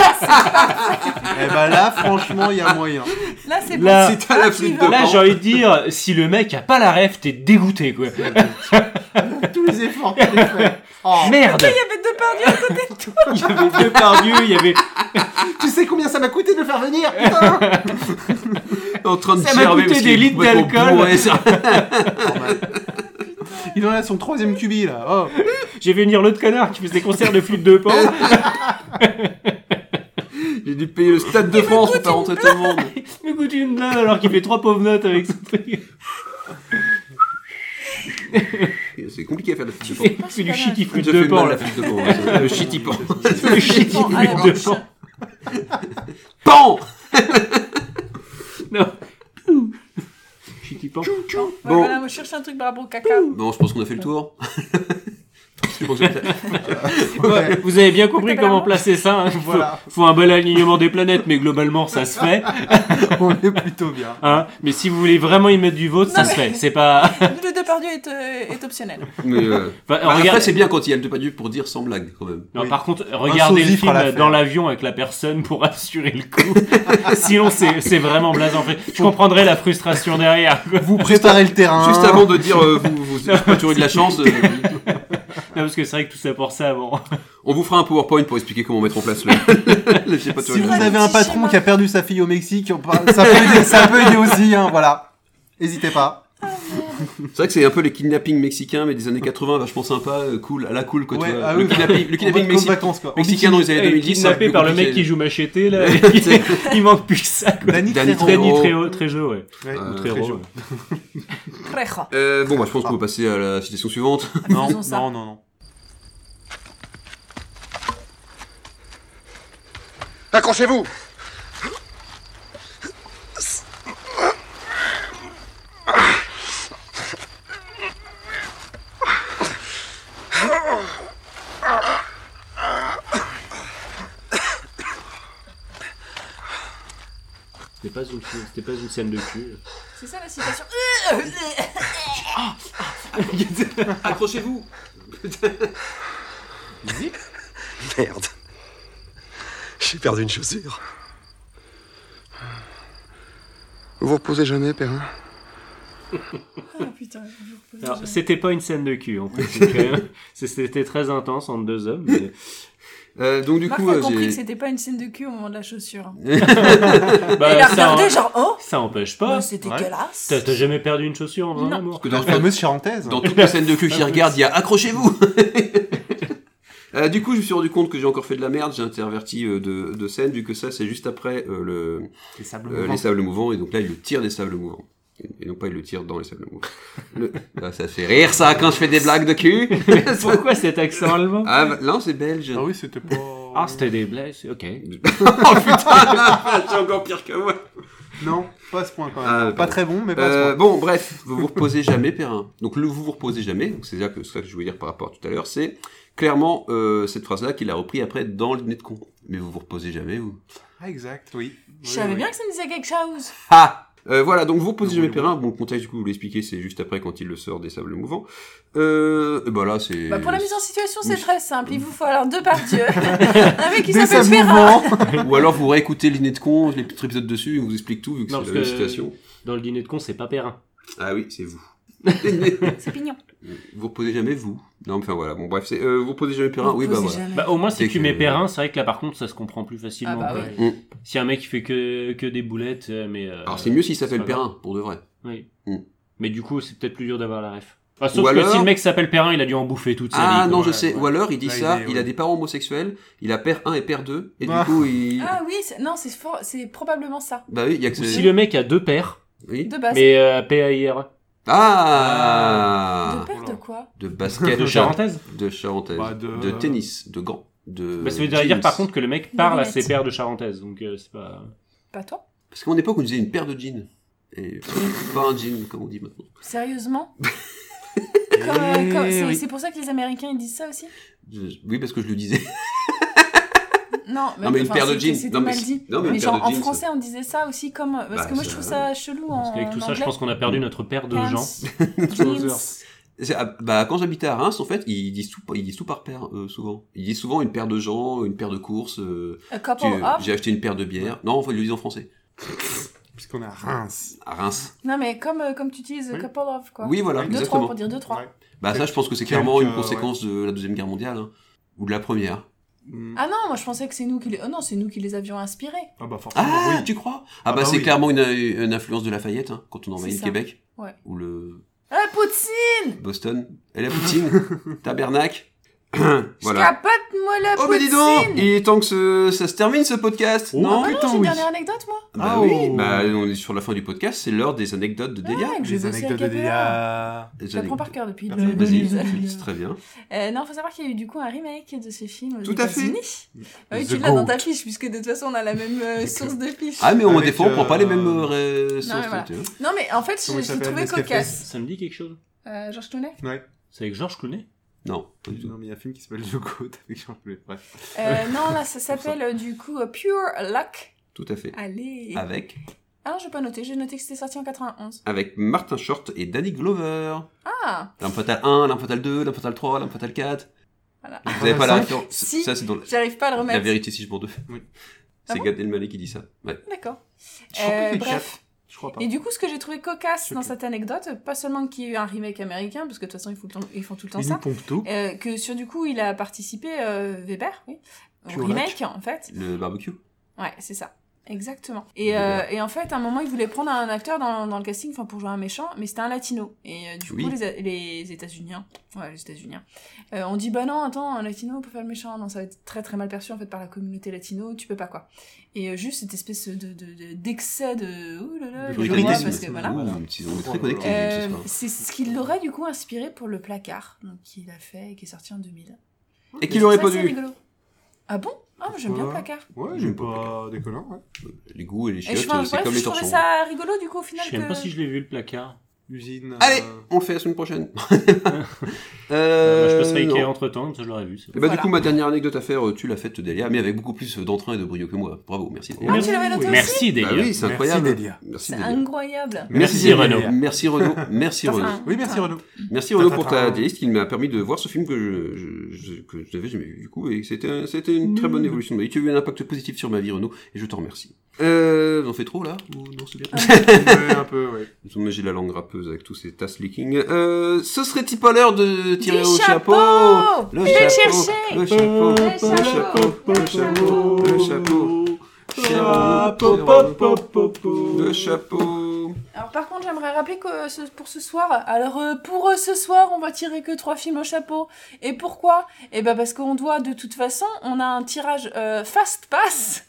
Eh ben là, franchement, il y a moyen. Là, c'est bon. Là, Si t'as la Ah, flûte qui de va. pan. là j'ai envie de dire, si le mec a pas la ref, t'es dégoûté, quoi. Tous les efforts que j'ai faits. Merde Il y avait deux pardieux à côté de toi. Il y avait deux perdus, il y avait. Tu sais combien ça m'a coûté de le faire venir putain en train de Ça m'a gerber coûté parce des qu'il est litres complètement d'alcool. bourré, ça. Il en a son troisième cubi là. Oh. J'ai vu venir l'autre connard qui faisait des concerts de flûte de pan. J'ai dû payer le stade de France pour faire rentrer tout le monde. Il me coûte une blinde alors qu'il fait trois pauvres notes avec son truc. C'est compliqué à faire de la flûte de pan. Il fait du shit qui flûte Je de fais pan, mal, là. la flûte de pan. ouais. Le shitty pan. Le shit qui Bon, à la flûte de manche. Pan pan. Non. Shitty pan. Bon, bah, Bon. voilà, moi, je cherche un truc par rapport au caca. Bon, je pense qu'on a fait le tour. Je pense que ça- Ouais, Vous avez bien compris T'appelles un comment mot placer ça. hein. Faut, Voilà. faut un bel alignement des planètes, mais globalement ça se fait. On est plutôt bien. hein. Mais si vous voulez vraiment y mettre du vôtre, ça Non, se mais- fait. C'est pas. Le deux pardieux est, euh, est optionnel. Mais, euh, Enfin, bah, regarde- Après, c'est bien quand il y a le Depardieu pour dire sans blague, quand même. Non, Oui. Par contre, regardez le sosie fera film l'affaire. dans l'avion avec la personne pour assurer le coup. Sinon, c'est c'est vraiment blasant. Je comprendrais la frustration derrière. quoi. Vous préparez le terrain. Juste avant de dire, euh, vous, vous j'ai pas toujours eu de la chance, euh, Non, parce que c'est vrai que tout ça pour ça, bon. on vous fera un PowerPoint pour expliquer comment mettre en place le. le j'ai pas toujours Si eu de vous la chance. avez un patron qui a perdu sa fille au Mexique, on peut- ça peut aider, ça peut aider aussi. hein, voilà. N'hésitez pas. C'est vrai que c'est un peu les kidnappings mexicains, mais des années 80, vachement sympa, euh, cool, à la cool, quoi. tu Ouais, vois. ah le oui, kidnapping, le en kidnapping mode mexi- vacances, quoi. mexicain dans les années 2010. c'est un peu Kidnappé plus par le mec compliqué. qui joue Machete, là. Tu sais. il manque plus que ça, quoi. Danny Danny Trejo. Trejo, Trejo, ouais. Ouais, Ou euh, Trejo, Trejo. ouais. Euh, bon, bah, je pense qu'on peut passer à la citation suivante. Non, Faisons ça. non, non, non. Accrochez-vous C'était pas, une... c'était pas une scène de cul. C'est ça la citation. Accrochez-vous Merde. J'ai perdu une chaussure. Vous vous reposez jamais, Perrin Ah putain, je vous repose. Alors, c'était pas une scène de cul, en fait. euh, C'était très intense entre deux hommes. mais- Euh, donc, du Bah, coup, Marc a euh, compris j'ai- que c'était pas une scène de cul au moment de la chaussure. Bah, Il a ça regardé en- genre oh Ça empêche pas. Mais c'est dégueulasse. T'as t'as jamais perdu une chaussure en faisant Non. l'amour que La dans, fameuse charentaise. dans toutes les scènes de cul Ah qui regardent, il y a accrochez-vous Euh, Du coup, je me suis rendu compte que j'ai encore fait de la merde, j'ai interverti euh, de, de scène, vu que ça, c'est juste après euh, le, Les sables Euh, les sables mouvants, et donc là, il le tire des sables mouvants. Et- Et non pas, il le tire dans les sables mouvants. Le- Ah, ça fait rire, ça, quand je fais des blagues de cul Pourquoi cet accent allemand ah, bah, Non, c'est belge. Ah oui, c'était pas. Ah, c'était des blesses, ok. Oh putain, la vache, c'est encore pire que moi Non, pas à ce point quand même. Ah, pas pardon. très bon, mais pas à ce point. Euh, Bon, bref, vous vous reposez jamais, Perrin. Donc le vous vous reposez jamais, donc c'est ça que, c'est ça que je voulais dire par rapport à tout à l'heure, c'est clairement euh, cette phrase-là qu'il a repris après dans le nez de con. Mais vous vous reposez jamais, vous Ah, exact, oui. Je Oui, savais oui. bien que ça me disait quelque chose. Ah Euh, voilà, donc vous reposez jamais Oui, oui. Perrin. Bon, le contexte, du coup, vous l'expliquez, c'est juste après quand il le sort des sables mouvants. Euh, bah là, c'est. Bah, pour la mise en situation, c'est Oui. très simple. Il vous faut alors deux pardieux. Un mec qui Des s'appelle sables Ferrat. mouvants. Ou alors vous réécoutez l'iné de con, les petits épisodes dessus, on vous explique tout vu que Non, c'est la parce même que- situation. Dans le dîner de con, c'est pas Perrin. Ah oui, c'est vous. C'est pignon. vous reposez jamais vous. Non, mais enfin voilà, bon bref, c'est euh, vous reposez jamais Perrin, oui, bah voilà. Bah, au moins, C'est si tu que- mets Perrin, c'est vrai que là, par contre, ça se comprend plus facilement. Ah bah quoi. oui. Si un mec qui fait que, que des boulettes, euh, mais. euh, Alors c'est mieux s'il pas s'appelle grave. Perrin, pour de vrai. Oui. Mm. Mais du coup, c'est peut-être plus dur d'avoir la ref. Enfin, sauf Ou que alors- si le mec s'appelle Perrin, il a dû en bouffer toute sa vie. Ah quoi. non, je ouais, sais. ouais. Ou alors il dit Là, il ça, est- il a des parents homosexuels, il a père 1 et père 2, et Ah. du coup il. Ah oui, c'est- non, c'est fort- c'est probablement ça. Bah oui, il y a que Ou ce- si le mec a deux pères, Oui. De base. mais euh, PAIR. Ah De peur de quoi De basket, De charentaise de charentaise, Bah, de- Euh, de... tennis, de gants, de. euh, Bah, ça veut dire, dire, jeans. par contre que le mec parle à lunettes. ses pères de charentaise, donc euh, c'est pas. Pas toi Parce qu'à mon époque on disait une paire de jeans. Et pas un jean comme on dit maintenant. Sérieusement Comme, euh, Eh comme- C'est c'est pour ça que les Américains ils disent ça aussi Je- Oui, parce que je le disais. Non, Non, mais une enfin, paire de c'est- jeans. C'était Non, mais mal c'est- dit. non, mais une mais paire genre de en jeans, français on disait ça aussi comme. euh, Parce Bah, que moi je ça- trouve ça chelou en. Parce qu'avec tout ça, je pense qu'on a perdu notre père de gens. gens. C'est- ah, Bah, quand j'habitais à Reims, en fait, ils disent tout, ils disent tout par paire, euh, souvent. Ils disent souvent une paire de gens, une paire de courses, euh, A couple tu- of. j'ai acheté une paire de bières. Non, enfin, ils le disent en français. Puisqu'on est à Reims. À Reims. Non, mais comme, euh, comme tu utilises Oui. couple of quoi. Oui, voilà, Oui, Deux, trois exactement. pour dire deux, trois. Ouais. Bah, ça, je pense que c'est Quelques- clairement une euh, ouais. conséquence de la Deuxième Guerre mondiale, hein. Ou de la Première. Mm. Ah non, moi je pensais que c'est nous qui les. Oh non, c'est nous qui les avions inspirés. Ah bah forcément, Ah, oui. tu crois Ah Ah, bah, bah c'est oui. clairement une, une influence de Lafayette, hein, quand on envahit C'est le ça. Québec. Ouais. Ou le Ah, Poutine Boston. Et la Poutine. Tabernacle. voilà. Capote, moi la Oh, mais dis donc Il est temps que ce- ça se termine, ce podcast, Oh, non Ah non, Putain, j'ai une oui. dernière anecdote, moi. Bah Ah, oui, oh. bah, on est sur la fin du podcast, c'est l'heure des anecdotes de Delia. Ouais, que j'ai Les bossé à anecdotes de Capella. Delia. Des Je la prends anecdotes. par cœur depuis le Vas-y, début des vas-y, années. c'est très bien. Euh, non, faut savoir qu'il y a eu du coup un remake de ce film. aux Tout à fait. États-Unis. Ah oui, The tu l'as dans Goat. ta fiche, puisque de toute façon on a la même euh, source de fiche. Ah, mais on, Avec, des fois, on prend pas euh, les mêmes euh, hein. ré- sauces. mais voilà. tu vois. Non, mais en fait, Comment je il je l'ai s'appelle, trouvé Nescafé cocasse. Ça me dit quelque chose. Euh, Georges Clooney Ouais. C'est avec Georges Clooney Non, pas du tout. Non, mais il y a un film qui s'appelle The Goat avec Jean Poulet. Bref. Euh, Non, là ça s'appelle euh, du coup euh, Pure Luck. Tout à fait. Allez. Avec, Ah non, j'ai pas noté, j'ai noté que c'était sorti en 91. avec Martin Short et Danny Glover. Ah L'âme fatale 1, l'âme fatale 2, l'âme fatale 3, l'âme fatale 4. Voilà. Vous avez pas la 25. référence Si. Ça, c'est dans la, J'arrive pas à le la remettre. vérité si je m'en deux. Oui. C'est Ah bon Gad Elmaleh qui dit ça. Ouais. D'accord. Je crois pas Euh, qu'il y ait bref. quatre. Je crois pas. Et du coup, ce que j'ai trouvé cocasse Je sais dans plus. cette anecdote, pas seulement qu'il y ait eu un remake américain, parce que de toute façon ils font tout le temps, ils font tout le temps Ils ça, nous pompent tout. euh, que sur du coup il a participé, euh, Weber, oui, au Pure remake en fait. Le barbecue. Ouais, c'est ça. Exactement. Et, euh, et en fait, à un moment, ils voulaient prendre un acteur dans, dans le casting enfin, pour jouer un méchant, mais c'était un latino. Et euh, du Oui. coup, les, A- les États-Uniens, ouais, les États-Uniens, euh, ont dit Bah non, attends, un latino pour faire le méchant, non, ça va être très très mal perçu en fait par la communauté latino, tu peux pas quoi. Et euh, juste cette espèce de- de- de- d'excès de, Ouh là là, Le les Gaulois, Britanniques, parce que voilà. Ouh, ils ont été très connectés Euh, ce soir. c'est ce qui l'aurait du coup inspiré pour le placard, donc qu'il a fait et qui est sorti en 2000. Et Mais qu'il aurait ça, pas c'est dû. rigolo. Ah bon Ah, moi, j'aime bien le placard. Ouais, j'aime pas déconnant, ouais. Les goûts et les Et je, chiottes, enfin, c'est bref, comme les je trouvais torchons. ça rigolo du coup au final. Je sais même que- pas si je l'ai vu le placard. Usine. euh, Allez, on fait la semaine prochaine. Ah bah, je euh, passerai Ikea non. entre temps, comme ça je l'aurais vu. ça. Et bah, du coup, ma dernière anecdote à faire, euh, tu l'as faite, Delia, mais avec beaucoup plus d'entrain et de brio que moi. Bravo, merci. Ah, tu l'avais noté Merci, aussi Delia. Bah oui, c'est Merci, incroyable. Delia. Merci, C'est Delia. incroyable. Merci, Renaud. Merci Renaud. Merci Renaud. Enfin, Oui, merci Renaud. Merci Renaud Ta-ta-ta. pour ta playlist qui m'a permis de voir ce film que je, je- je- que je n'avais jamais vu du coup et c'était un- c'était une très bonne évolution de ma vie. Tu as eu un impact positif sur ma vie Renaud et je t'en remercie. Euh, on fait trop là ou non c'est Ah. bien. Ouais, un peu, ouais. Mais j'ai la langue râpeuse avec tous ces tass leaking. Euh, ce serait-il pas l'heure de tirer Des au chapeau, chapeaux le, Des chapeau chercher le chapeau, le chapeaux chapeau, le chapeau, le Oh. chapeau, le chapeau. Alors par contre, j'aimerais rappeler que ce- pour ce soir, alors euh, pour euh, ce soir, on va tirer que trois films au chapeau. Et pourquoi Eh ben parce qu'on doit de toute façon, on a un tirage euh, fast pass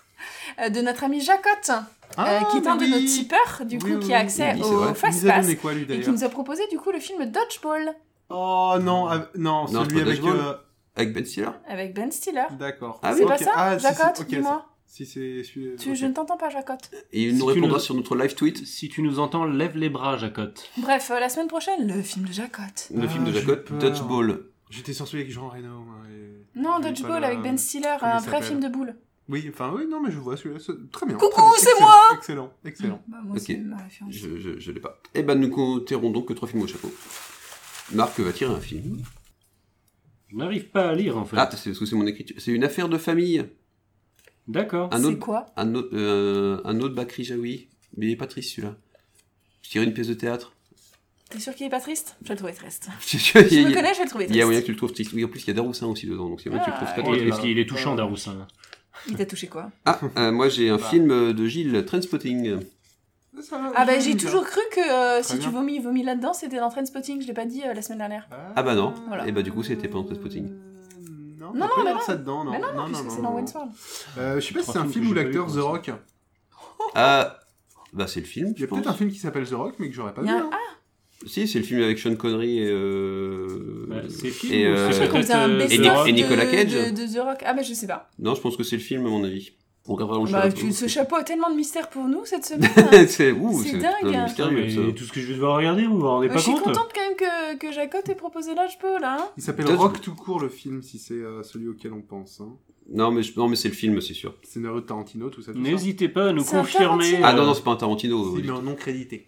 euh, de notre ami Jacotte, euh, Ah, qui est un mais de nos oui. tipeurs, du Oui, coup, oui, qui oui. a accès Oui, c'est au vrai. Il fast nous a pass. donné quoi, lui, Et qui d'ailleurs nous a proposé du coup le film Dodgeball Oh non, ah, non, Non, celui c'est pas avec... Dodgeball. euh, Avec Ben Stiller. avec Ben Stiller. D'accord. Ah oui, c'est Ok. pas ça, Ah, si, si, Jacotte ok, Dis-moi. Si c'est celui Tu, ok. Je ne t'entends pas, Jacotte. Et il nous Si tu répondra le- sur notre live tweet. Si tu nous entends, lève les bras, Jacotte. Bref, euh, la semaine prochaine, le film de Jacotte. Le Ah, film de j'ai Jacotte, peur. Dodgeball. J'étais sur celui avec Jean Reno. moi, et- Non, il est pas Dodgeball là. euh, avec Ben Stiller, Comment un il vrai s'appelle film de boule. Oui, enfin, oui, non, mais je vois celui-là. c'est- Très bien. Coucou, très bien, c'est excellent, moi Excellent, excellent. Bah, moi, Ok. c'est ma référence. Je, je, je l'ai pas. Eh ben, nous compterons donc que trois films au chapeau. Marc va tirer un film. Je n'arrive pas à lire en fait. Ah, c'est parce que c'est mon écriture. C'est une affaire de famille. D'accord. Un C'est autre, quoi un autre, euh, un autre Bakri Jaoui. Mais il est pas triste celui-là. Je dirais une pièce de théâtre. T'es sûr qu'il est pas triste Je vais le trouver triste. Il y a- Je il me y a- connais, je vais le trouver Il y a moyen triste. que tu le trouves triste. Oui, en plus, il y a Daroussin aussi dedans, donc c'est vrai que tu le trouves Ah, très Et- triste. Parce qu'il est touchant, Euh, Daroussin. Il t'a touché quoi Ah, euh, moi j'ai un film euh, de Gilles, Trainspotting. Ça va, Ah bah je- j'ai je- toujours cru que euh, Très si tu bien. vomis, vomis là-dedans, c'était dans Trainspotting, je l'ai pas dit euh, la semaine dernière. Ah bah non. Voilà. Et bah du coup, c'était pas dans Trainspotting. Non, Non, non, non, non, mais ça dedans, non. mais non, non, puisque c'est dans Wayne's World. Euh, Je sais pas si Trois c'est un films film que où j'ai pas l'acteur vu, The pour Rock. Ah, bah c'est le film. Il y a je pense. peut-être un film qui s'appelle The Rock, mais que j'aurais pas Il vu. y a un- hein. Si, c'est le film avec Sean Connery et. Euh... Bah, c'est film et, ou euh, c'est Je crois qu'on faisait un Peut-être, euh, et Nic- best-of et Nicolas de- Cage de, de The Rock. Ah bah je sais pas. Non, je pense que c'est le film, à mon avis. On regardera le Bah, chapeau. tu- ce chapeau a tellement de mystère pour nous cette semaine. hein. c'est ouh, C'est c'est putain, dingue, hein. Putain, mystérieux mais ça. tout ce que je vais devoir regarder, vous vous rendez Euh, pas je suis compte contente quand même que, que Jacotte ait proposé là, je peux là. hein. Ah. Il s'appelle Peut-être- Rock tout court, le film, si c'est euh, celui auquel on pense. hein. Non, mais, je- non, mais c'est le film, c'est sûr. Scénario de Tarantino, tout ça. tout ça. N'hésitez pas à nous C'est un confirmer. Tarantino. Ah non, non, euh, c'est pas un Tarantino. C'est du tout. non crédité.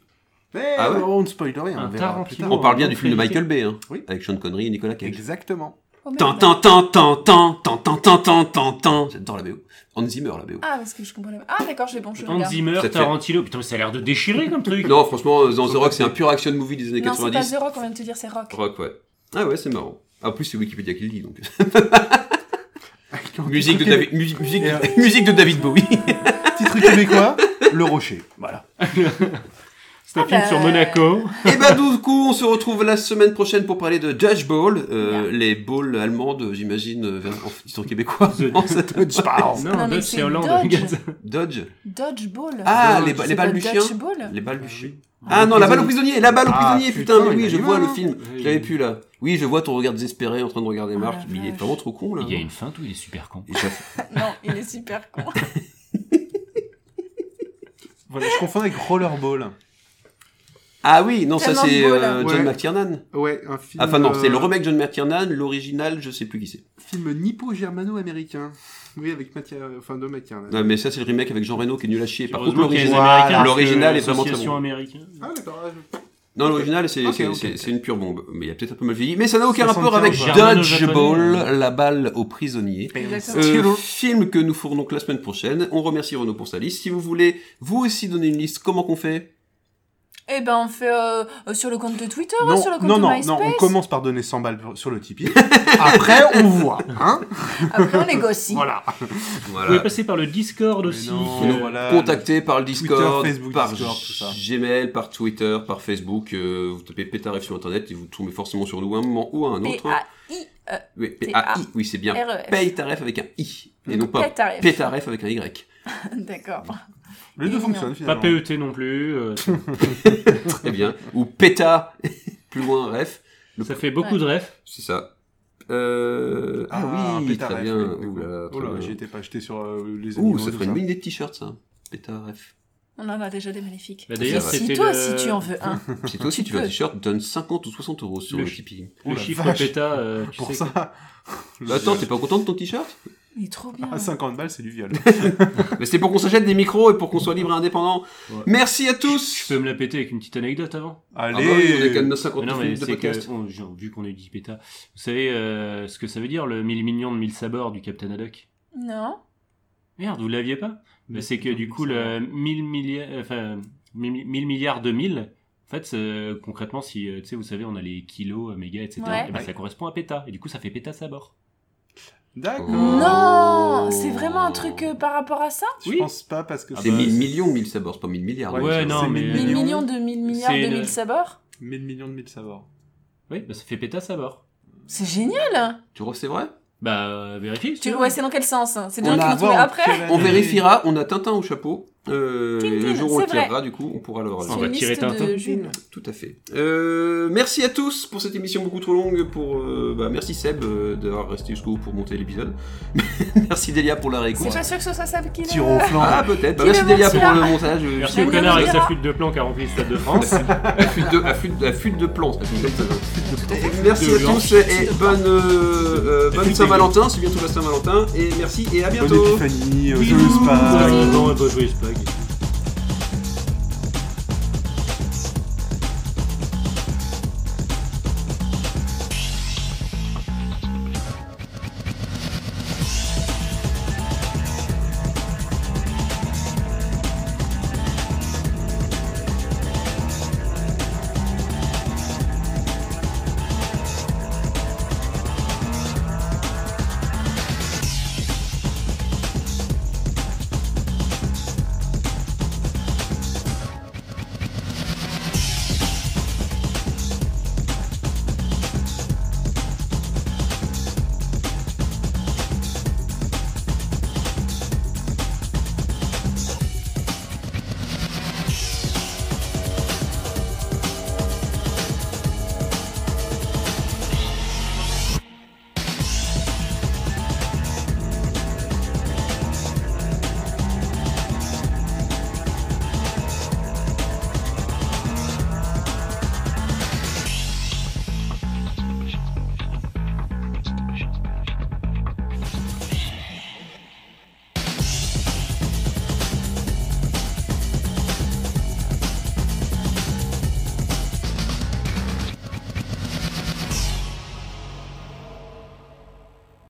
Mais Ah ouais on ne spoil rien. Un on verra plus Tarantino. tard. On parle bien du c'est film de vrai. Michael Bay, hein, Oui. avec Sean Connery et Nicolas Cage. Exactement. Oh, merde. Tant, tant, tant, tant, tant, tant, tant, tant, tant, tant, tant. J'adore la BO. Hans Zimmer, la BO. Ah parce que je comprenais pas. Ah d'accord, j'ai bon, je Hans regarde. Zimmer, Ça te fait- Tarantino. Putain, mais ça a l'air de déchirer comme truc. Non, franchement, euh, dans The Rock, c'est un pur action movie des années Non, c'est pas 90. The Rock, on vient de te dire, c'est Rock. Rock, ouais. Ah ouais, c'est marrant. Ah, En plus, c'est Wikipédia qui le dit, donc. Avec un petit musique, de truc- David, musique, musique, de- musique de David Bowie. Petit truc québécois, Le Rocher. Voilà. C'est un Ah film bah. sur Monaco. Et bah du coup, on se retrouve la semaine prochaine pour parler de Judge Ball, euh, les balls allemandes, j'imagine, euh, vers- en ils sont québécois. The- Non, c'est- Non, Non, mais Dodge, c'est c'est Hollande. Dodge. Regarde ça. Dodge. Dodgeball. Ah, les, ba- balles les balles du chien. Dodgeball. Les balles du chien. Ah non, la balle au prisonnier, la balle au Ah, prisonnier, putain, putain, mais il oui, a je eu vois un. le film. Oui. J'avais plus là. Oui, je vois ton regard désespéré en train de regarder Ah, Marc, la mais il est vache. vraiment trop con là. Il y a une feinte où il est super con. Et ça- Non, il est super con. Voilà, je confonds avec Rollerball. Ah oui, non, ça Tellement c'est beau, là. euh, John Ouais. McTiernan. Ouais, un film. Ah, Enfin non, euh, c'est le remake John McTiernan, l'original, je sais plus qui c'est. Film nippo-germano-américain. Oui, avec Mathia... enfin, de McTiernan. Non, mais ça c'est le remake avec Jean Reno qui est nul à chier. Par contre, Heureusement qu'il y a des l'original, Voilà. Américains, parce que l'original est vraiment très l'association bon. euh, américaine. Ah, d'accord. ah, je- Non, l'original, c'est Ok, c'est- ok, c'est- ok. c'est une pure bombe. Mais il y a peut-être un peu mal vieilli. Mais ça n'a aucun 75, rapport avec Germain au japonais. Dodgeball, la balle aux prisonniers. Exactement. Euh, film que nous ferons donc la semaine prochaine. On remercie Renaud pour sa liste. Si vous voulez vous aussi donner une liste, comment qu'on fait Eh ben, on fait euh, euh, sur le compte de Twitter, Non, sur le compte non, de non, MySpace. non, on commence par donner 100 balles sur le Tipeee. Après, on voit. Hein Après, Ah on négocie. Voilà. Ah, Vous pouvez passer par le Discord aussi. Nous Euh, contacter par le Discord, Twitter, Facebook, par Discord, tout ça. Gmail, par Twitter, par Facebook. euh, vous tapez Pétaref sur Internet et vous tombez forcément sur nous à un moment ou à un autre. P-A-I. euh, Oui, P-A-I, oui, c'est bien. P-A-R-E-F. Pétaref avec un I. E Et non pas Pétaref. Pétaref avec un Y. E D'accord. Les deux fonctionnent Pas finalement. PET non plus. euh, ça- Très bien. Ou Péta, plus loin, ref. ça fait beaucoup de refs. C'est ça. Euh, ah, oui, pétard très F, bien. oui, Ouh là, Oh très là, bien. j'y étais pas acheté sur euh, les Ouh, animaux. ça tout ferait une mini des t-shirts, ça. Pétaref. On en a déjà des magnifiques. Bah, d'ailleurs, C'est vrai. si c'était toi, le- si tu en veux un. Si toi aussi tu veux un t-shirt, donne 50 ou 60 euros sur Le le, chi- Tipeee. Oh Le la chiffre vache. PETA, euh, tu Pour sais ça, Attends, t'es pas content de ton t-shirt Il est trop bien. Ah, à 50 balles, c'est du viol. Mais c'est pour qu'on s'achète des micros et pour qu'on soit libre et indépendant. Ouais. Merci à que- Tu tous peux me la péter avec une petite anecdote avant Ah bah oui, on est Allez quand même dans Mais 50 Non, mais minutes de c'est podcast. que, on- j'ai- vu qu'on est dit péta, vous savez euh, ce que ça veut dire le 1000 millions de 1000 sabords du Captain Haddock Non Merde, vous l'aviez pas Bah, C'est que du coup, le 1000 milliards, enfin, 1000 1000 milliards de 1000, en fait, euh, concrètement, si euh, tu sais, vous savez, on a les kilos, euh, mégas, etc. Ouais. Et ben, Ouais. ça correspond à péta. Et du coup, ça fait péta sabord. Oh. D'accord. Non C'est vraiment un truc euh, par rapport à ça Je Oui. pense pas parce que Ah C'est bah, 1000 c'est- millions, 1000 sabords, c'est pas 1000 milliards. Ouais, donc, Ouais, euh, non, c'est mais. 1000 Millions. millions de 1000 milliards C'est de une- 1000 sabords 1000 millions de 1000 sabords. Oui, bah, ça fait péta sabord. C'est génial hein. Tu trouves que c'est vrai Bah, euh, vérifie. tu... c'est- Ouais, c'est dans quel sens hein C'est des On gens qui la l'ont trouvé voit en après quelle année On vérifiera, on a Tintin au chapeau. Euh, Tintin, et le jour où on c'est le tirera, du coup, on pourra le On C'est va une tirer liste Tintin. de Jules. Tout à fait. Euh, merci à tous pour cette émission beaucoup trop longue. Pour, euh, bah, merci Seb euh, d'avoir resté jusqu'au bout pour monter l'épisode. merci Delia pour la réécoute. C'est pas sûr que ce soit ça qui Tire au le... flanc. Ah peut-être. Bah, Qui merci le Delia pour mentira le montage. euh, Merci c'est- au Mais connard non, avec mais sa non. flûte de plan qui a rempli le stade de France. la fuite de, la fuite, la fuite de plans. la fuite de plans. Et Merci à tous et bonne, euh, euh, bonne Saint-Valentin. C'est bientôt la Saint-Valentin. Et merci et à Bonne bientôt. épiphanie, euh, joyeuse Pâques. Bonne joyeuse Pâques.